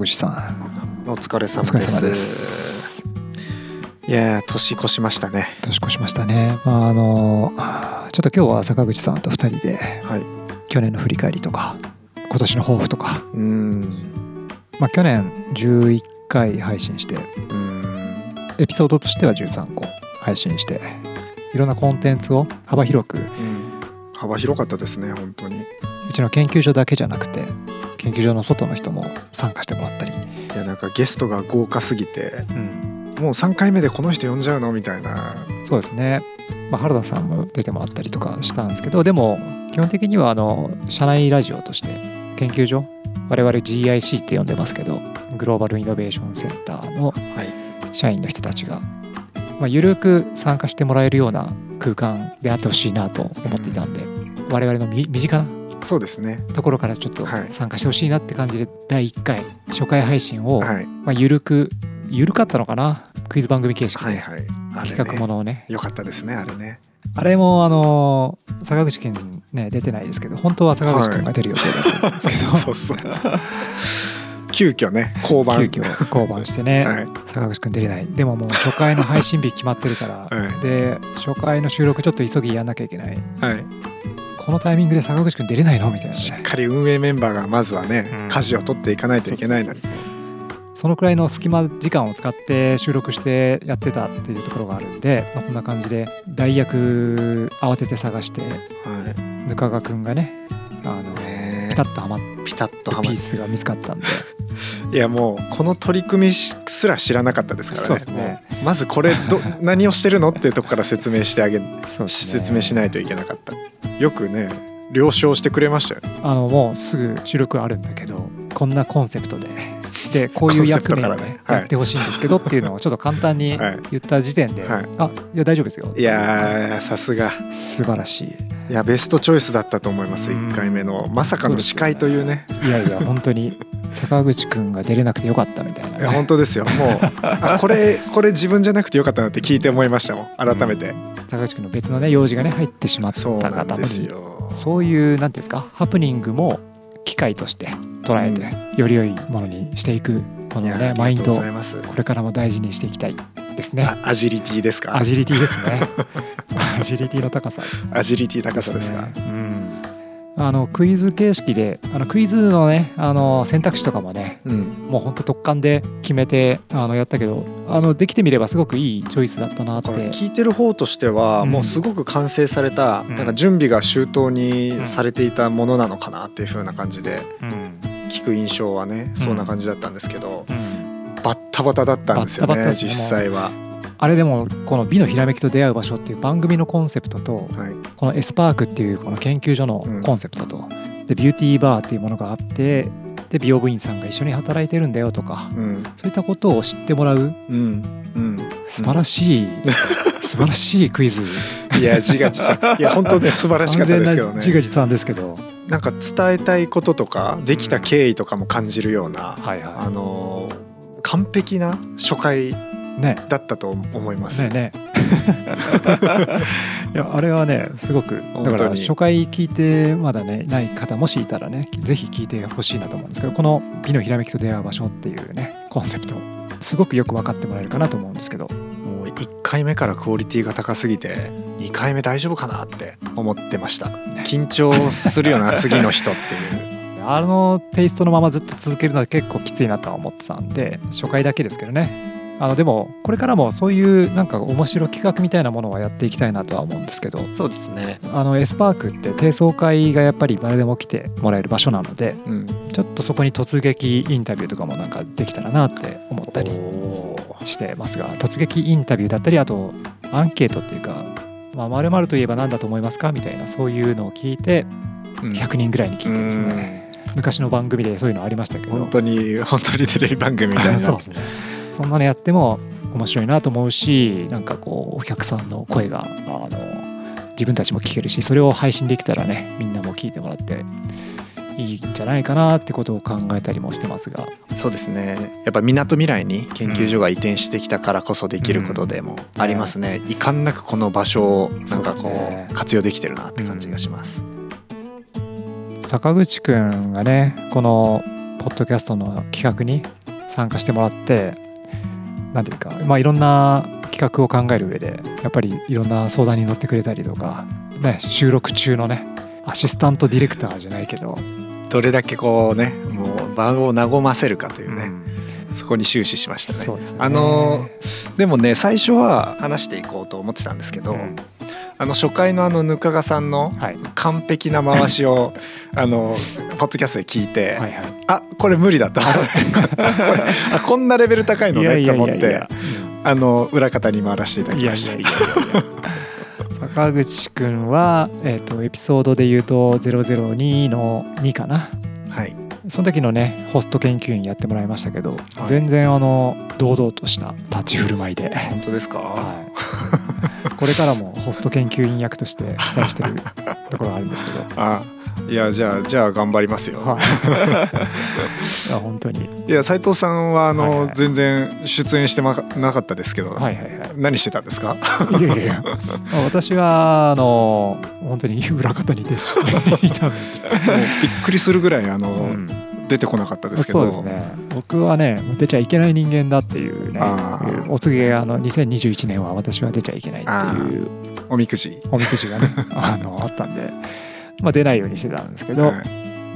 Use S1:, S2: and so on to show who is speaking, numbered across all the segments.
S1: 口さん
S2: お疲れ様
S1: お疲れ
S2: です
S1: 様です
S2: いやー年越しましたね
S1: 年越しましたね、まあ、あのちょっと今日は坂口さんと2人で
S2: はい
S1: 去年の振り返りとか今年の抱負とか、
S2: うーん
S1: まあ、去年11回配信して
S2: うーん
S1: エピソードとしては13個配信していろんなコンテンツを幅広く
S2: うん幅広かったですね本当にいう
S1: ちの研究所だけじゃなくて研究所の外の人も参加してもらったり、
S2: やなんかゲストが豪華すぎてもう3回目でこの人呼んじゃうのみたいな
S1: そうですね、まあ、原田さんも出てもらったりとかしたんですけどでも基本的にはあの社内ラジオとして研究所我々 GIC って呼んでますけどグローバルイノベーションセンターの
S2: はい
S1: 社員の人たちが、まあ、緩く参加してもらえるような空間であってほしいなと思っていたんで我々の身身近な
S2: そうですね
S1: ところからちょっと
S2: はい
S1: 参加してほしいなって感じで第1回初回配信を、
S2: はい
S1: まあ、緩く緩かったのかなクイズ番組形式
S2: はい
S1: で
S2: はいあれ
S1: 企画も
S2: ね
S1: のをね
S2: よかったですねあ れね
S1: あれもあのー坂口くんね出てないですけど本当は坂口くんが出る予定だったんですけど、
S2: そうそう急遽ね交番
S1: 急遽降板してね、
S2: はい
S1: 坂口くん出れないでももう初回の配信日決まってるから、
S2: はい
S1: で初回の収録ちょっと急ぎやんなきゃいけない
S2: はい
S1: このタイミングで坂口くん出れないのみたいな
S2: しっ
S1: ね
S2: かり運営メンバーがまずはね、
S1: うん
S2: 舵を取っていかないといけないのに
S1: そうそうそうそのくらいの隙間時間を使って収録してやってたっていうところがあるんで、まあ、そんな感じで代役慌てて探して
S2: は
S1: ぬかがくんがねあの
S2: いね
S1: ピタッとはまって
S2: えピタッと
S1: ピ
S2: はま
S1: ー
S2: っ
S1: スが見つかったんで
S2: いやもうこの取り組みすら知らなかったですからね
S1: そうですね
S2: もうまずこれ ど何をしてるのっていうとこから説明してあげ
S1: そうですね
S2: 説明しないといけなかったよくね了承してくれましたよ
S1: あのもうすぐ収録あるんだけどこんなコンセプトででこういう役目を
S2: コンセプトから
S1: ね
S2: ねはい
S1: やってほしいんですけどっていうのをちょっと簡単に
S2: はい
S1: 言った時点で、
S2: はい
S1: あいや大丈夫ですよ
S2: いやーさすが
S1: 素晴らしい
S2: いやベストチョイスだったと思います
S1: うん
S2: 1回目のまさかの司会というね
S1: いやいや本当に坂口くんが出れなくてよかったみたいない
S2: や本当ですよもうあこれこれ自分じゃなくてよかったなって聞いて思いましたもん改めて
S1: 坂口くんの別のね用事がね入ってしまった
S2: そうな
S1: が
S2: ん
S1: ため
S2: で
S1: に
S2: すよ
S1: そういうなんていうんですかハプニングも機会として捉えて、より良いものにしていくこ
S2: い
S1: の
S2: や
S1: ねマインド
S2: ありがとうご
S1: を
S2: ざいます
S1: これからも大事にしていきたいですね
S2: あアジリティですか
S1: アジリティです ねアジリティの高さ
S2: アジリティ高さですか
S1: ねうんあのクイズ形式であのクイズのねあの選択肢とかもね
S2: うん
S1: もうほんと突貫で決めてあのやったけどあのできてみればすごくいいチョイスだったなって
S2: これ聞いてる方としては
S1: うん
S2: もうすごく完成された
S1: うん
S2: なんか準備が周到
S1: うん
S2: にされていたものなのかなっていう風な感じで
S1: うん
S2: 聞く印象はねそんな感じだったんですけど
S1: うん
S2: バッタバタだったんですよ
S1: バッタバタで
S2: ね
S1: すね
S2: 実際は。
S1: あれでもこの「美のひらめきと出会う場所」っていう番組のコンセプトと
S2: はい
S1: このエスパークっていうこの研究所のコンセプトと、でビューティーバーっていうものがあってで美容部員さんが一緒に働いてるんだよとか
S2: うん
S1: そういったことを知ってもらう
S2: うんうん、
S1: 素晴らしい、 素晴らしいクイズ
S2: いや自画自 賛いや本当ね素晴らしかったですけ
S1: 完
S2: ど
S1: 全な自画
S2: ね
S1: 自賛ですけど
S2: なんか伝えたいこととかできた経緯とかも感じるような、
S1: はいは
S2: あのー完璧な初回
S1: いね
S2: だったと思います、
S1: ねね いやあれはねすごくだか
S2: 本当
S1: ら
S2: に
S1: 初回聞いてまだねない方もしいたらねぜひ聞いてほしいなと思うんですけどこの「美のひらめきと出会う場所」っていうねコンセプトすごくよく分かってもらえるかなと思うんですけど
S2: もう1回目からクオリティが高すぎて2回目大丈夫かなって思ってました緊張するよな次の人っていう
S1: あのテイストのままずっと続けるのは結構きついなとは思ってたんで初回だけですけどねあのでもこれからもそういうなんか面白企画みたいなものはやっていきたいなとは思うんですけ ど
S2: そうですね
S1: あのエスパークって低層階がやっぱり誰でも来てもらえる場所なので
S2: うん
S1: ちょっとそこに突撃インタビューとかもなんかできたらなって思ったり
S2: おー
S1: してますが突撃インタビューだったりあとアンケートっていうか「まあ、〇〇といえば何だと思いますか?」みたいなそういうのを聞いて100人ぐらいに聞いてですね昔の番組でそういうのありましたけど
S2: 本当に本当にテレビ番組みたい な
S1: そうですねそんなのやっても面白いなと思うしなんかこうお客さんの声があの自分たちも聞けるしそれを配信できたらねみんなも聞いてもらっていいんじゃないかなってことを考えたりもしてますが
S2: そうですねやっぱみなとみらいに研究所が移転してきたからこそできることでもありますね、遺憾なくこの場所をなんか
S1: そうで
S2: こう
S1: すね
S2: 活用できてるなって感じがします、
S1: 坂口くんがねこのポポッドキャストの企画に参加してもらってなんていうか、まあ、いろんな企画を考える上でやっぱりいろんな相談に乗ってくれたりとか、ね、収録中のねアシスタントディレクターじゃないけど、
S2: どれだけこうねもう場を和ませるかというね、そこに終始しましたね
S1: そうですね
S2: あのでもね最初は話していこうと思ってたんですけど、
S1: うん
S2: あの初回のあのぬかがさんの
S1: はい、
S2: 完璧な回 しをあのポッドキャストで聞いて、
S1: はいはい
S2: あこれ無理だと これあこんなレベル高いのねと思ってあの裏方に回らせていただ
S1: い
S2: き
S1: や
S2: ま
S1: い
S2: した
S1: やいやいや坂口くんは、えー、とエピソードで言うと002の2かな
S2: はい
S1: その時のねホスト研究員やってもらいましたけど、
S2: い
S1: 全然あの堂々とした立ち振る舞いで、
S2: 本当ですか、
S1: はい、これからもホスト研究員役として期待してるところがあるんですけど、
S2: あいやじゃあじゃあ頑張りますよ、
S1: はい、いや本当に
S2: い、や斉藤さんはあの、
S1: はいはい
S2: 全然出演してまなかったですけど、
S1: はいはいはい
S2: 何してたんですか
S1: いやいやいや、まあ私はあの本当に裏方に徹していたので
S2: もうびっくりするぐらいあの、出てこなかったですけど
S1: そうですね僕はねもう出ちゃいけない人間だっていうね
S2: あー
S1: いうお告げがあの2021年は私は出ちゃいけないっていう
S2: おみくじ、
S1: おみくじが ねあのあったんで、まあ、出ないようにしてたんですけど、
S2: はい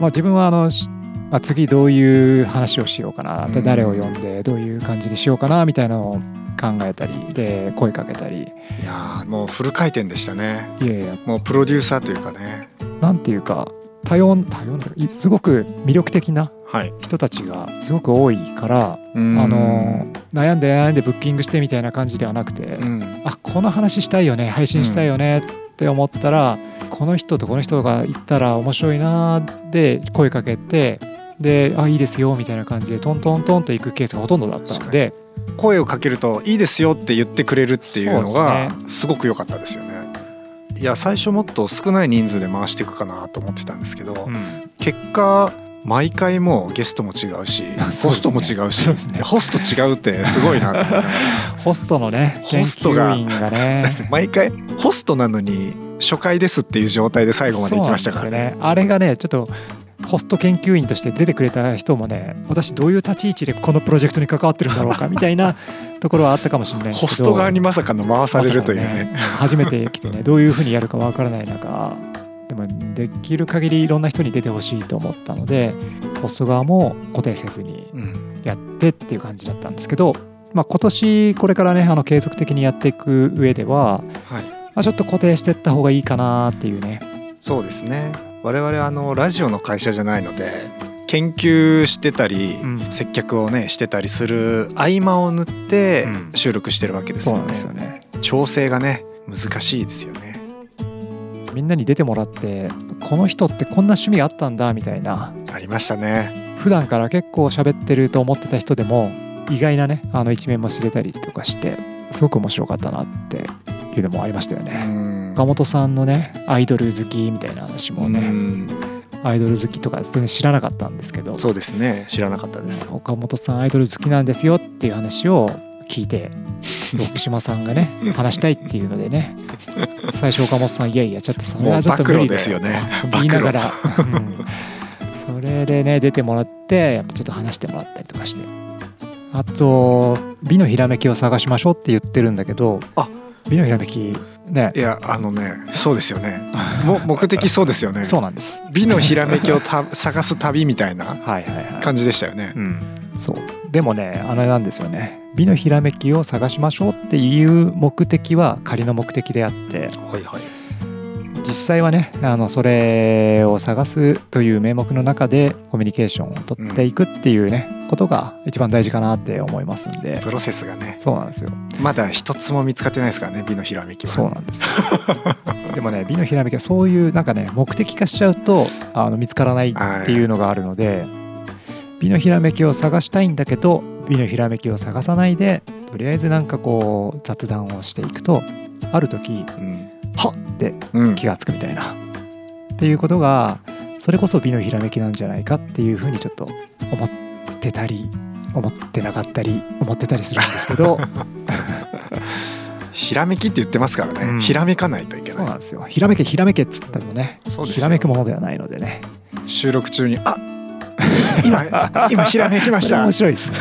S1: まあ、自分はあの、しまあ、次どういう話をしようかな
S2: う
S1: で
S2: ん
S1: 誰を呼んでどういう感じにしようかなみたいなのを考えたりで声かけたり
S2: いやーもうフル回転でしたね
S1: いやいや
S2: もうプロデューサーというかね
S1: なんていうか多様多様なというかいすごく魅力的な
S2: はい
S1: 人たちがすごく多いから、
S2: あ
S1: あの悩んで悩んでブッキングしてみたいな感じではなくて、
S2: うん
S1: あこの話したいよね配信したいよねって思ったら、この人とこの人が行ったら面白いなーで声かけてであいいですよみたいな感じでトントントンと行くケースがほとんどだったので
S2: 声をかけると「いいですよ」って言ってくれるっていうのが
S1: そう
S2: すごく良かったですよね。いや最初もっと少ない人数で回していくかなと思ってたんですけど、
S1: うん
S2: 結果毎回もうゲストも違うし、ホストも違う し
S1: そうですね
S2: いやホスト違うってすごいなと思いながら
S1: ホストのね研
S2: ホストが
S1: 究員が ね
S2: 毎回ホストなのに初回ですっていう状態で最後まで行きましたから
S1: そう
S2: ね
S1: なんですよねあれがねちょっとホスト研究員として出てくれた人もね私どういう立ち位置でこのプロジェクトに関わってるんだろうかみたいなところはあったかもしれないけど
S2: ホスト側にまさかの回されるという
S1: まさか
S2: ね。
S1: うん初めて来て ねどういうふうにやるかわからない中でもできる限りいろんな人に出てほしいと思ったのでホスト側も固定せずに
S2: うん
S1: やってっていう感じだったんですけど、まあ、今年これからねあの継続的にやっていく上では、
S2: はい、
S1: まあ、ちょっと固定してった方がいいかなっていうね
S2: そうですね我々あのラジオの会社じゃないので研究してたり、
S1: うん
S2: 接客をねしてたりする合間を縫って
S1: うん
S2: 収録してるわけです
S1: そう
S2: よ
S1: なん
S2: ね,、
S1: ですよね。
S2: 調整がね難しいですよね
S1: みんなに出てもらってこの人ってこんな趣味があったんだみたいな
S2: ありましたね
S1: 普段から結構喋ってると思ってた人でも意外なねあの一面も知れたりとかしてすごく面白かったなっていうのもありましたよ
S2: う
S1: ね。
S2: ん
S1: 岡本さんのねアイドル好きみたいな話も
S2: う
S1: ね、
S2: ん
S1: アイドル好きとか全然知らなかったんですけど
S2: そうですね知らなかったです
S1: 岡本さんアイドル好きなんですよっていう話を聞いて徳島さんがね 話したいっていうのでね最初岡本さんいやいやちょっとそれ
S2: も
S1: は
S2: う
S1: ちょ
S2: 暴
S1: っと無
S2: 露
S1: 理
S2: で
S1: ですす
S2: よ
S1: よ
S2: ね暴
S1: 言いなが
S2: 露
S1: ら、うんそれでね出てもらってやっぱちょっと話してもらったりとかしてあと美のひらめきを探しましょうって言ってるんだけど
S2: あ
S1: 美のひらめきね
S2: いやあのねそうですよねも目的そうですよ ね
S1: そうなんです
S2: 美のひらめきをた探す旅みたいな
S1: はいはいはい
S2: 感じでしたよね
S1: うん、そうでもねあれなんですよね美のひらめきを探しましょうっていう目的は仮の目的であって
S2: はいはい
S1: 実際はねあのそれを探すという名目の中でコミュニケーションを取っていくっていうね、ことが一番大事かなって思いますんで
S2: プロセスがね
S1: そうなんですよ
S2: まだ一つも見つかってないですからね美のひらめきは
S1: そうなんです でもね美のひらめきはそういうなんかね目的化しちゃうとあの見つからないっていうのがあるので美のひらめきを探したいんだけど美のひらめきを探さないでとりあえずなんかこう雑談をしていくとある時
S2: うん
S1: はっって
S2: うん
S1: 気がつくみたいなっていうことがそれこそ美のひらめきなんじゃないかっていうふうにちょっと思ってたり思ってなかったり思ってたりするんですけど
S2: ひらめきって言ってますからね、
S1: うん
S2: ひらめかないといけ
S1: そう
S2: な
S1: ないんですよひらめけひらめけっつったのね
S2: そうです
S1: ひ
S2: よ
S1: らめくものではないのでね
S2: 収録中にあ今今ひらめきまし
S1: それ
S2: た
S1: 面白いですね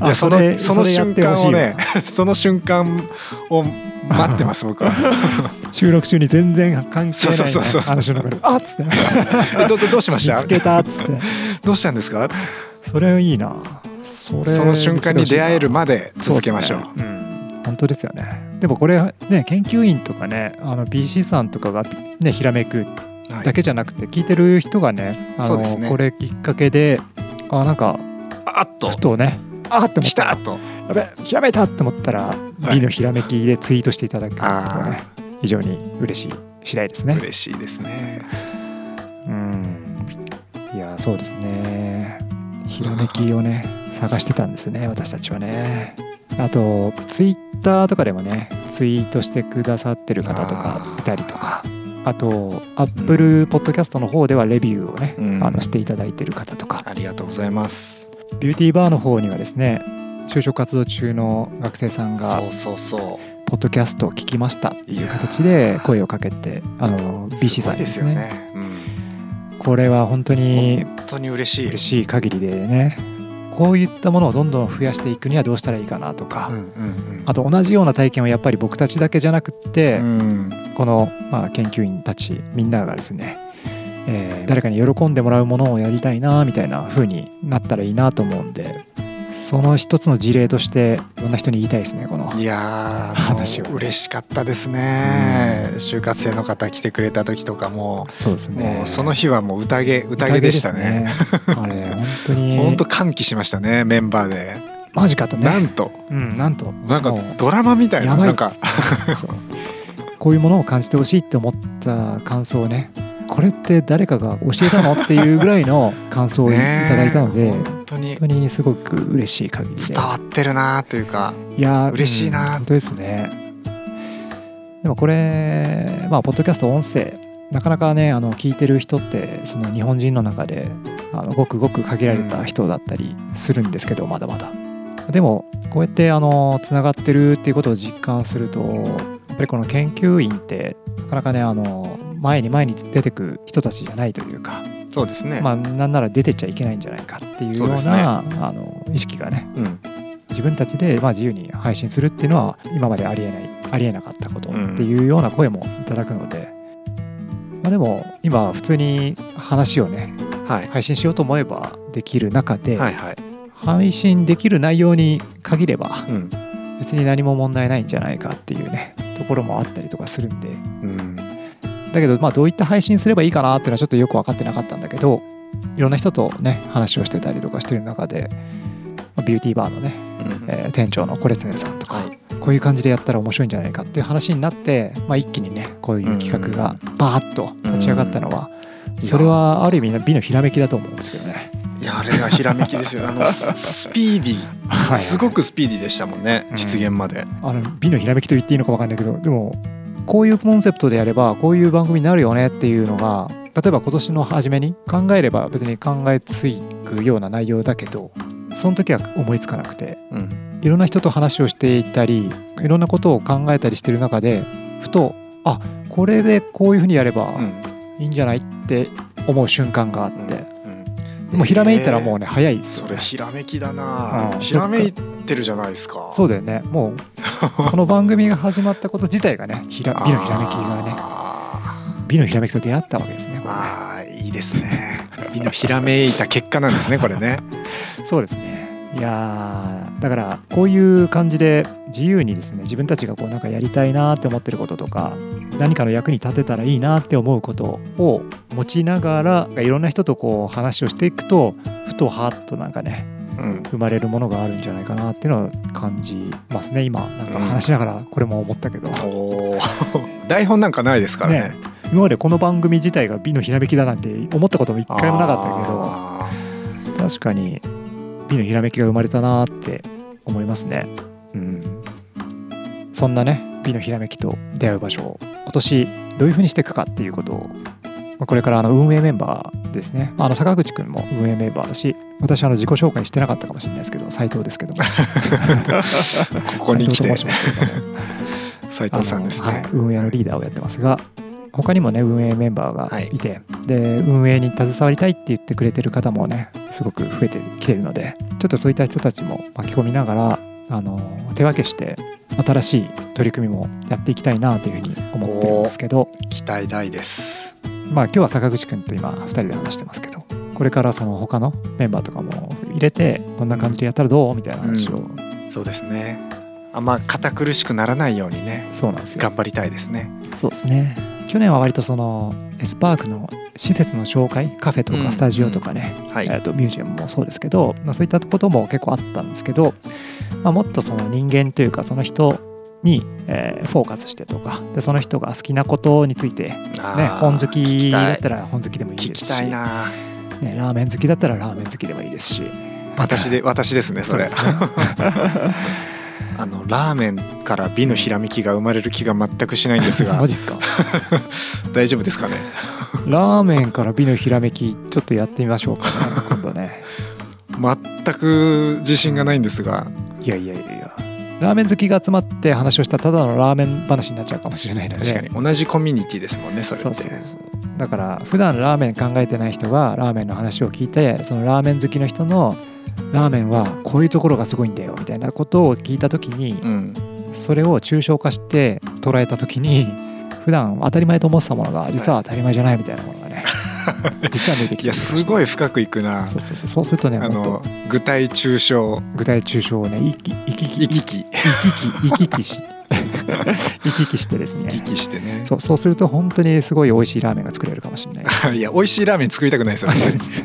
S2: いや
S1: あ
S2: その
S1: れ
S2: その
S1: れやっ
S2: 瞬
S1: てほ
S2: 間
S1: し
S2: を
S1: いわ
S2: ね その瞬間を待ってます僕 は
S1: 収録中に全然関係
S2: そうそうそうそう
S1: ない話の中で「あっ!」つって
S2: えどどどうし
S1: 「
S2: まし
S1: 見
S2: た
S1: つけた」っつ って
S2: どうしたんですか
S1: それいいなそれ
S2: その瞬間に出会えるまで続けましょう
S1: そうです本当ですよねでもこれね研究員とかねあの BC さんとかがねひらめく
S2: はい
S1: だけじゃなくて聞いてる人がねあ
S2: そう
S1: の
S2: ですね
S1: これきっかけであなんか
S2: あっと
S1: ふとねあーって思っ
S2: 来
S1: た
S2: たと
S1: やべひらめいたって思ったら
S2: い
S1: B のひらめきでツイートしていただくとかね
S2: あ
S1: 非常に嬉しい次第です
S2: あ
S1: ね。
S2: 嬉しいですね
S1: うんいやそうですねひらめきをね探してたんですね私たちはねあとツイッターとかでもねツイートしてくださってる方とか
S2: あー
S1: いたりとかあとアップルポッドキャストの方ではレビューをね、
S2: うん
S1: あのしていただいてる方とか
S2: ありがとうございます
S1: ビューティーバーの方にはですね就職活動中の学生さんが
S2: そうそうそ
S1: ポッドキャストを聞きましたっていう形
S2: いや
S1: で
S2: ー
S1: 声をかけてあの
S2: う
S1: BC さんにで
S2: すごいです
S1: す
S2: よ
S1: ね
S2: ねうん
S1: これは本当に
S2: 本当に嬉しい
S1: 嬉しい限りでねこういったものをどんどん増やしていくにはどうしたらいいかなとか、
S2: うんうん
S1: あと同じような体験をやっぱり僕たちだけじゃなくっ
S2: う
S1: て、
S2: ん
S1: この、まあ、研究員たちみんながですね、えー誰かに喜んでもらうものをやりたいなみたいな風になったらいいなと思うんでその一つの事例としていろんな人に言いたいですねこの
S2: いやー
S1: 話を
S2: もう嬉しかったですね就活生の方来てくれた時とかも
S1: そうですね
S2: もうその日はもう宴宴でした
S1: 宴
S2: ね
S1: ですねあれ本当に
S2: 本当歓喜しましたねメンバーで、
S1: マジかとね
S2: なんと
S1: うん、なんと
S2: なんか
S1: もう
S2: ドラマみたいな
S1: やばいっ
S2: なん
S1: つ
S2: か
S1: ってそうこういうものを感じてほしいって思った感想をねこれって誰かが教えたのっていうぐらいの感想をい
S2: ねえ
S1: ただいたので、
S2: 本当に
S1: 本当にすごく嬉しい限りで
S2: 伝わってるなというか
S1: いやー
S2: 嬉しいな
S1: うん本当ですねでもこれまあポッドキャスト音声なかなかねあの聞いてる人ってその日本人の中であのごくごく限られた人だったりするんですけど、まだまだでもこうやってあのつながってるっていうことを実感するとやっぱりこの研究員ってなかなかねあの前に前に出てく人たちじゃないというか、
S2: そうですね、
S1: まあなんなら出てっちゃいけないんじゃないかっていうよう
S2: そう
S1: な
S2: ですね
S1: あの意識がね
S2: うん、
S1: 自分たちでまあ自由に配信するっていうのは今までありえないありえなかったこと
S2: うん
S1: っていうような声もいただくので、まあ、でも今普通に話をね
S2: はい
S1: 配信しようと思えばできる中で、
S2: はいはい、
S1: 配信できる内容に限れば
S2: うん
S1: 別に何も問題ないんじゃないかっていうねところもあったりとかするんで
S2: うん、
S1: だけどまあどういった配信すればいいかなっていうのはちょっとよく分かってなかったんだけどいろんな人とね話をしてたりとかしてる中でまあビューティーバーのね、えー店長のコレツネさんとか、
S2: はい
S1: こういう感じでやったら面白いんじゃないかっていう話になって、まあ、一気にねこういう企画がバーッと立ち上がったのは、
S2: ん
S1: それはある意味の美のひらめきだと思うんですけどね。
S2: いやあれがひらめきですよあの ススピーディー
S1: はい
S2: すごくスピーディーでしたもんね
S1: うん
S2: 実現まで、
S1: あの美のひらめきと言っていいのか分かんないけどでもこういうコンセプトでやればこういう番組になるよねっていうのが例えば今年の初めに考えれば別に考えつくような内容だけどその時は思いつかなくて
S2: うん
S1: いろんな人と話をしていたりいろんなことを考えたりしてる中でふとあこれでこういうふうにやれば、
S2: うん
S1: いいんじゃないって思う瞬間があって、
S2: うん
S1: もうひらめいたらもう
S2: ね
S1: ね、早いです
S2: そ
S1: よ
S2: れ
S1: ね
S2: ひらめきだな
S1: ああ
S2: ひらめいてるじゃないですか
S1: そうだよねもうこの番組が始まったこと自体がねひら美のひらめきがね
S2: あ
S1: 美のひらめきと出会ったわけですね
S2: ー
S1: こ
S2: あーいいですね美のひらめいた結果なんですねこれね
S1: れねそうですねいやーだからこういう感じで自由にですね自分たちがこうなんかやりたいなって思ってることとか何かの役に立てたらいいなって思うことを持ちながらいろんな人とこう話をしていくとふとハッとなんかね
S2: うん
S1: 生まれるものがあるんじゃないかなっていうのは感じますね今なんか話しながらこれも思ったけど、
S2: おー 台本なんかないですからね
S1: ね今までこの番組自体が美のひらめきだなんて思ったことも一回もなかっ
S2: あー
S1: たけど確かに美のひらめきが生まれたなって思いますねうんそんなね美のひらめきと出会う場所を今年どういうふうにしていくかっていうことをまあこれからあの運営メンバーですねあの坂口くんも運営メンバーだし私あの自己紹介してなかったかもしれないですけど斉藤ですけども
S2: ここに来て
S1: 斉藤と申しますけどね
S2: 斉藤さんですね、
S1: あのはい運営のリーダーをやってますが他にもね運営メンバーがいて、で運営に携わりたいって言ってくれてる方もねすごく増えてきてるのでちょっとそういった人たちも巻き込みながらあの手分けして新しい取り組みもやっていきたいなというふうに思ってるんですけど
S2: 期待大です
S1: まあ今日は坂口くんと今2人で話してますけどこれからその他のメンバーとかも入れてこんな感じでやったらどうみたいな話を、
S2: うそうですねあんま堅苦しくならないようにね
S1: そうなんですよ
S2: 頑張りたいですね
S1: そうですね去年は割とそのエスパークの施設の紹介カフェと
S2: うん
S1: かスタジオとかね、
S2: は
S1: えー、とミュージアムもそうですけど、まあ、そういったことも結構あったんですけど、まあ、もっとその人間というかその人に、えーフォーカスしてとかでその人が好きなことについて、ね、
S2: ね
S1: 本好
S2: 聞き
S1: きだ
S2: た
S1: っ
S2: い
S1: たら本好きでもいい
S2: 聞
S1: です
S2: き
S1: した
S2: いな
S1: ね、ラーメン好きだったらラーメン好きでもいいですし
S2: 私で私ですねそ れ
S1: そうですね
S2: あのラーメンから美のひらめきが生まれる気が全くしないんですが
S1: マジですか
S2: 大丈夫ですかね
S1: ラーメンから美のひらめきちょっとやってみましょうかね今度ね
S2: 全く自信がないんですが
S1: いやいやいやいやラーメン好きが集まって話をしたらただのラーメン話になっちゃうかもしれないので
S2: 確かに同じコミュニティですもんねそれ
S1: そう
S2: っ
S1: そう
S2: て
S1: そうだから普段ラーメン考えてない人がラーメンの話を聞いてそのラーメン好きの人のラーメンはこういうところがすごいんだよみたいなことを聞いた時に
S2: うん
S1: それを抽象化して捉えた時に普段当たり前と思ってたものが実は当たり前じゃないみたいなものが ね実は出てき
S2: い
S1: て
S2: やすご
S1: い
S2: い深くいくな
S1: そうそうそうそうするとね
S2: あ
S1: もっ
S2: の
S1: と
S2: 具体抽象
S1: 具体抽象をね行き行き来
S2: 行き来
S1: 行き来し 行き来してですね
S2: 行き来してね
S1: そうそうすると本当にすごい美味しいラーメンが作れるかもしれない
S2: いや美味しいラーメン作りたくないですよ
S1: あ
S2: 別
S1: そう
S2: に
S1: ですね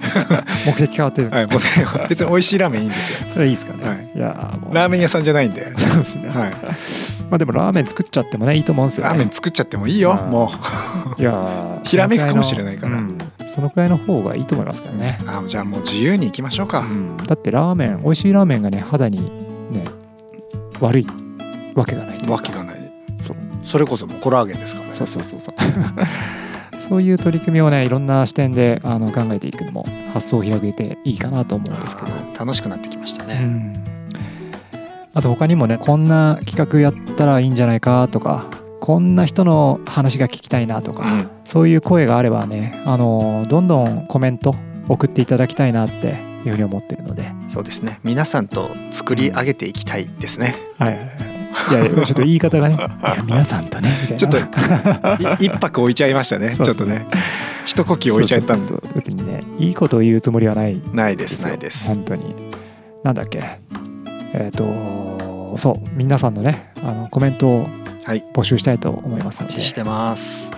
S1: 目的変わってる、
S2: はい、もう別に美味しいラーメンいいんですよ。
S1: それいいですかね、
S2: はい
S1: い、やーもう
S2: ラーメン屋さんじゃないんで。
S1: そうですね、
S2: は
S1: ま
S2: い、
S1: あでもラーメン作っちゃってもねいいと思うんですよ、ね、
S2: ラーメン作っちゃってもいいよ、
S1: うん
S2: も
S1: いやー
S2: ひらめくかもしれないから
S1: そのくらいのうんそのくらいの方がいいと思いますからね、
S2: う。あじゃあもう自由に行きましょうか。
S1: うんだってラーメン美味しいラーメンがね肌にね悪いわけがないというか
S2: わけがない。
S1: そう
S2: それこそもうコラーゲンですからね。
S1: そうそうそうそうそう いう取り組みをねいろんな視点であの考えていくのも発想を広げていいかなと思うんですけど
S2: あー楽しくなってきました
S1: う
S2: ね。
S1: んあと他にもねこんな企画やったらいいんじゃないかとかこんな人の話が聞きたいなとか、
S2: うん
S1: そういう声があればねあのどんどんコメント送っていただきたいなっていうふうに思ってるので、
S2: そうですね。皆さんと作り上げていきたいですね。
S1: はいはいはい、いやちょっと言い方がねいや皆さんとねみたいな
S2: ちょっとい一泊置いちゃいましたね。
S1: そう
S2: ち
S1: で
S2: ょっと
S1: すね
S2: ね。一呼吸置いちゃったんで
S1: そうそうそう別にねいいことを言うつもりはない
S2: ないですないです。
S1: 本当になんだっけえっ、とそう皆さんのねあのコメントを
S2: はい
S1: 募集したいと思います
S2: お
S1: ので、
S2: 待ちしてます。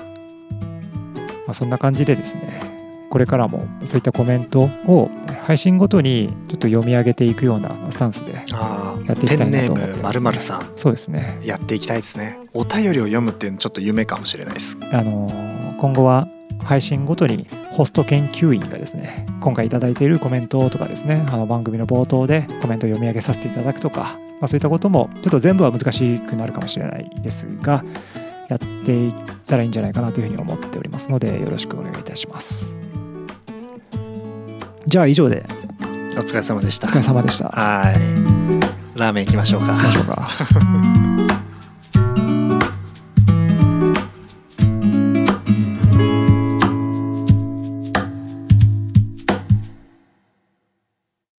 S1: まあ、そんな感じでですねこれからもそういったコメントを配信ごとにちょっと読み上げていくようなスタンスで
S2: あー
S1: やってい
S2: ペ
S1: きた
S2: ン
S1: いな
S2: ネ
S1: と思って
S2: ームま
S1: ま
S2: る
S1: す
S2: まるさん
S1: そうですね
S2: やっていきたいですね。お便りを読むっていうのちょっと夢かもしれないです。
S1: あのー今後は配信ごとにホスト研究員がですね今回いただいているコメントとかですねあの番組の冒頭でコメントを読み上げさせていただくとか、まあ、そういったこともちょっと全部は難しくなるかもしれないですがやっていったらいいんじゃないかなというふうに思っておりますのでよろしくお願いいたしますじゃあ以上で
S2: お疲れ様でし
S1: お
S2: た。
S1: 疲れ様でした
S2: はい。ラーメン行きましょうか。
S1: 行きましょうか